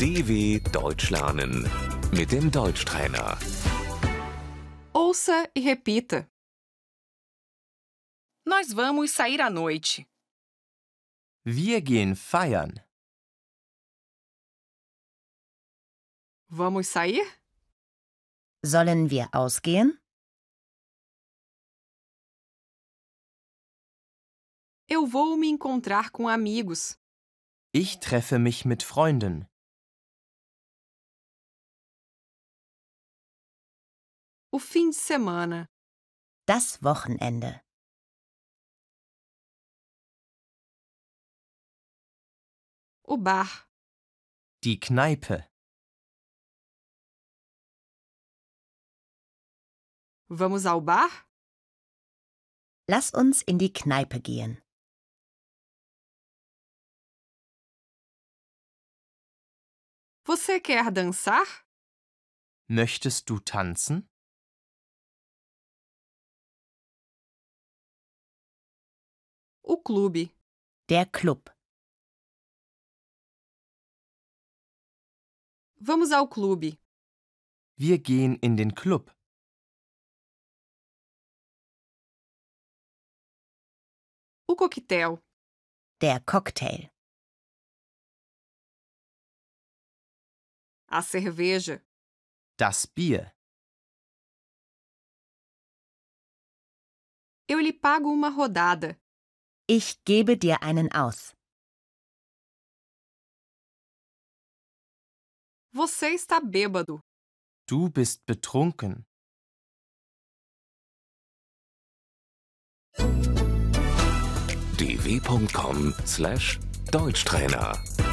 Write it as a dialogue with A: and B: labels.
A: DW Deutsch lernen mit dem Deutschtrainer.
B: Ouça e repita. Nós vamos sair à noite.
C: Wir gehen feiern.
B: Vamos sair?
D: Sollen wir ausgehen?
B: Eu vou me encontrar com amigos.
C: Ich treffe mich mit Freunden.
B: O fim de semana.
D: Das Wochenende.
B: O bar.
C: Die Kneipe.
B: Vamos ao bar?
D: Lass uns in die Kneipe gehen.
B: Você quer dançar?
C: Möchtest du tanzen?
B: O clube.
D: Der Club.
B: Vamos ao clube.
C: Wir gehen in den Club.
B: O coquetel.
D: Der Cocktail.
B: A cerveja.
C: Das Bier.
B: Eu lhe pago uma rodada.
D: Ich gebe dir einen aus.
B: Você está bêbado.
C: Du bist betrunken.
A: dw.com/deutschtrainer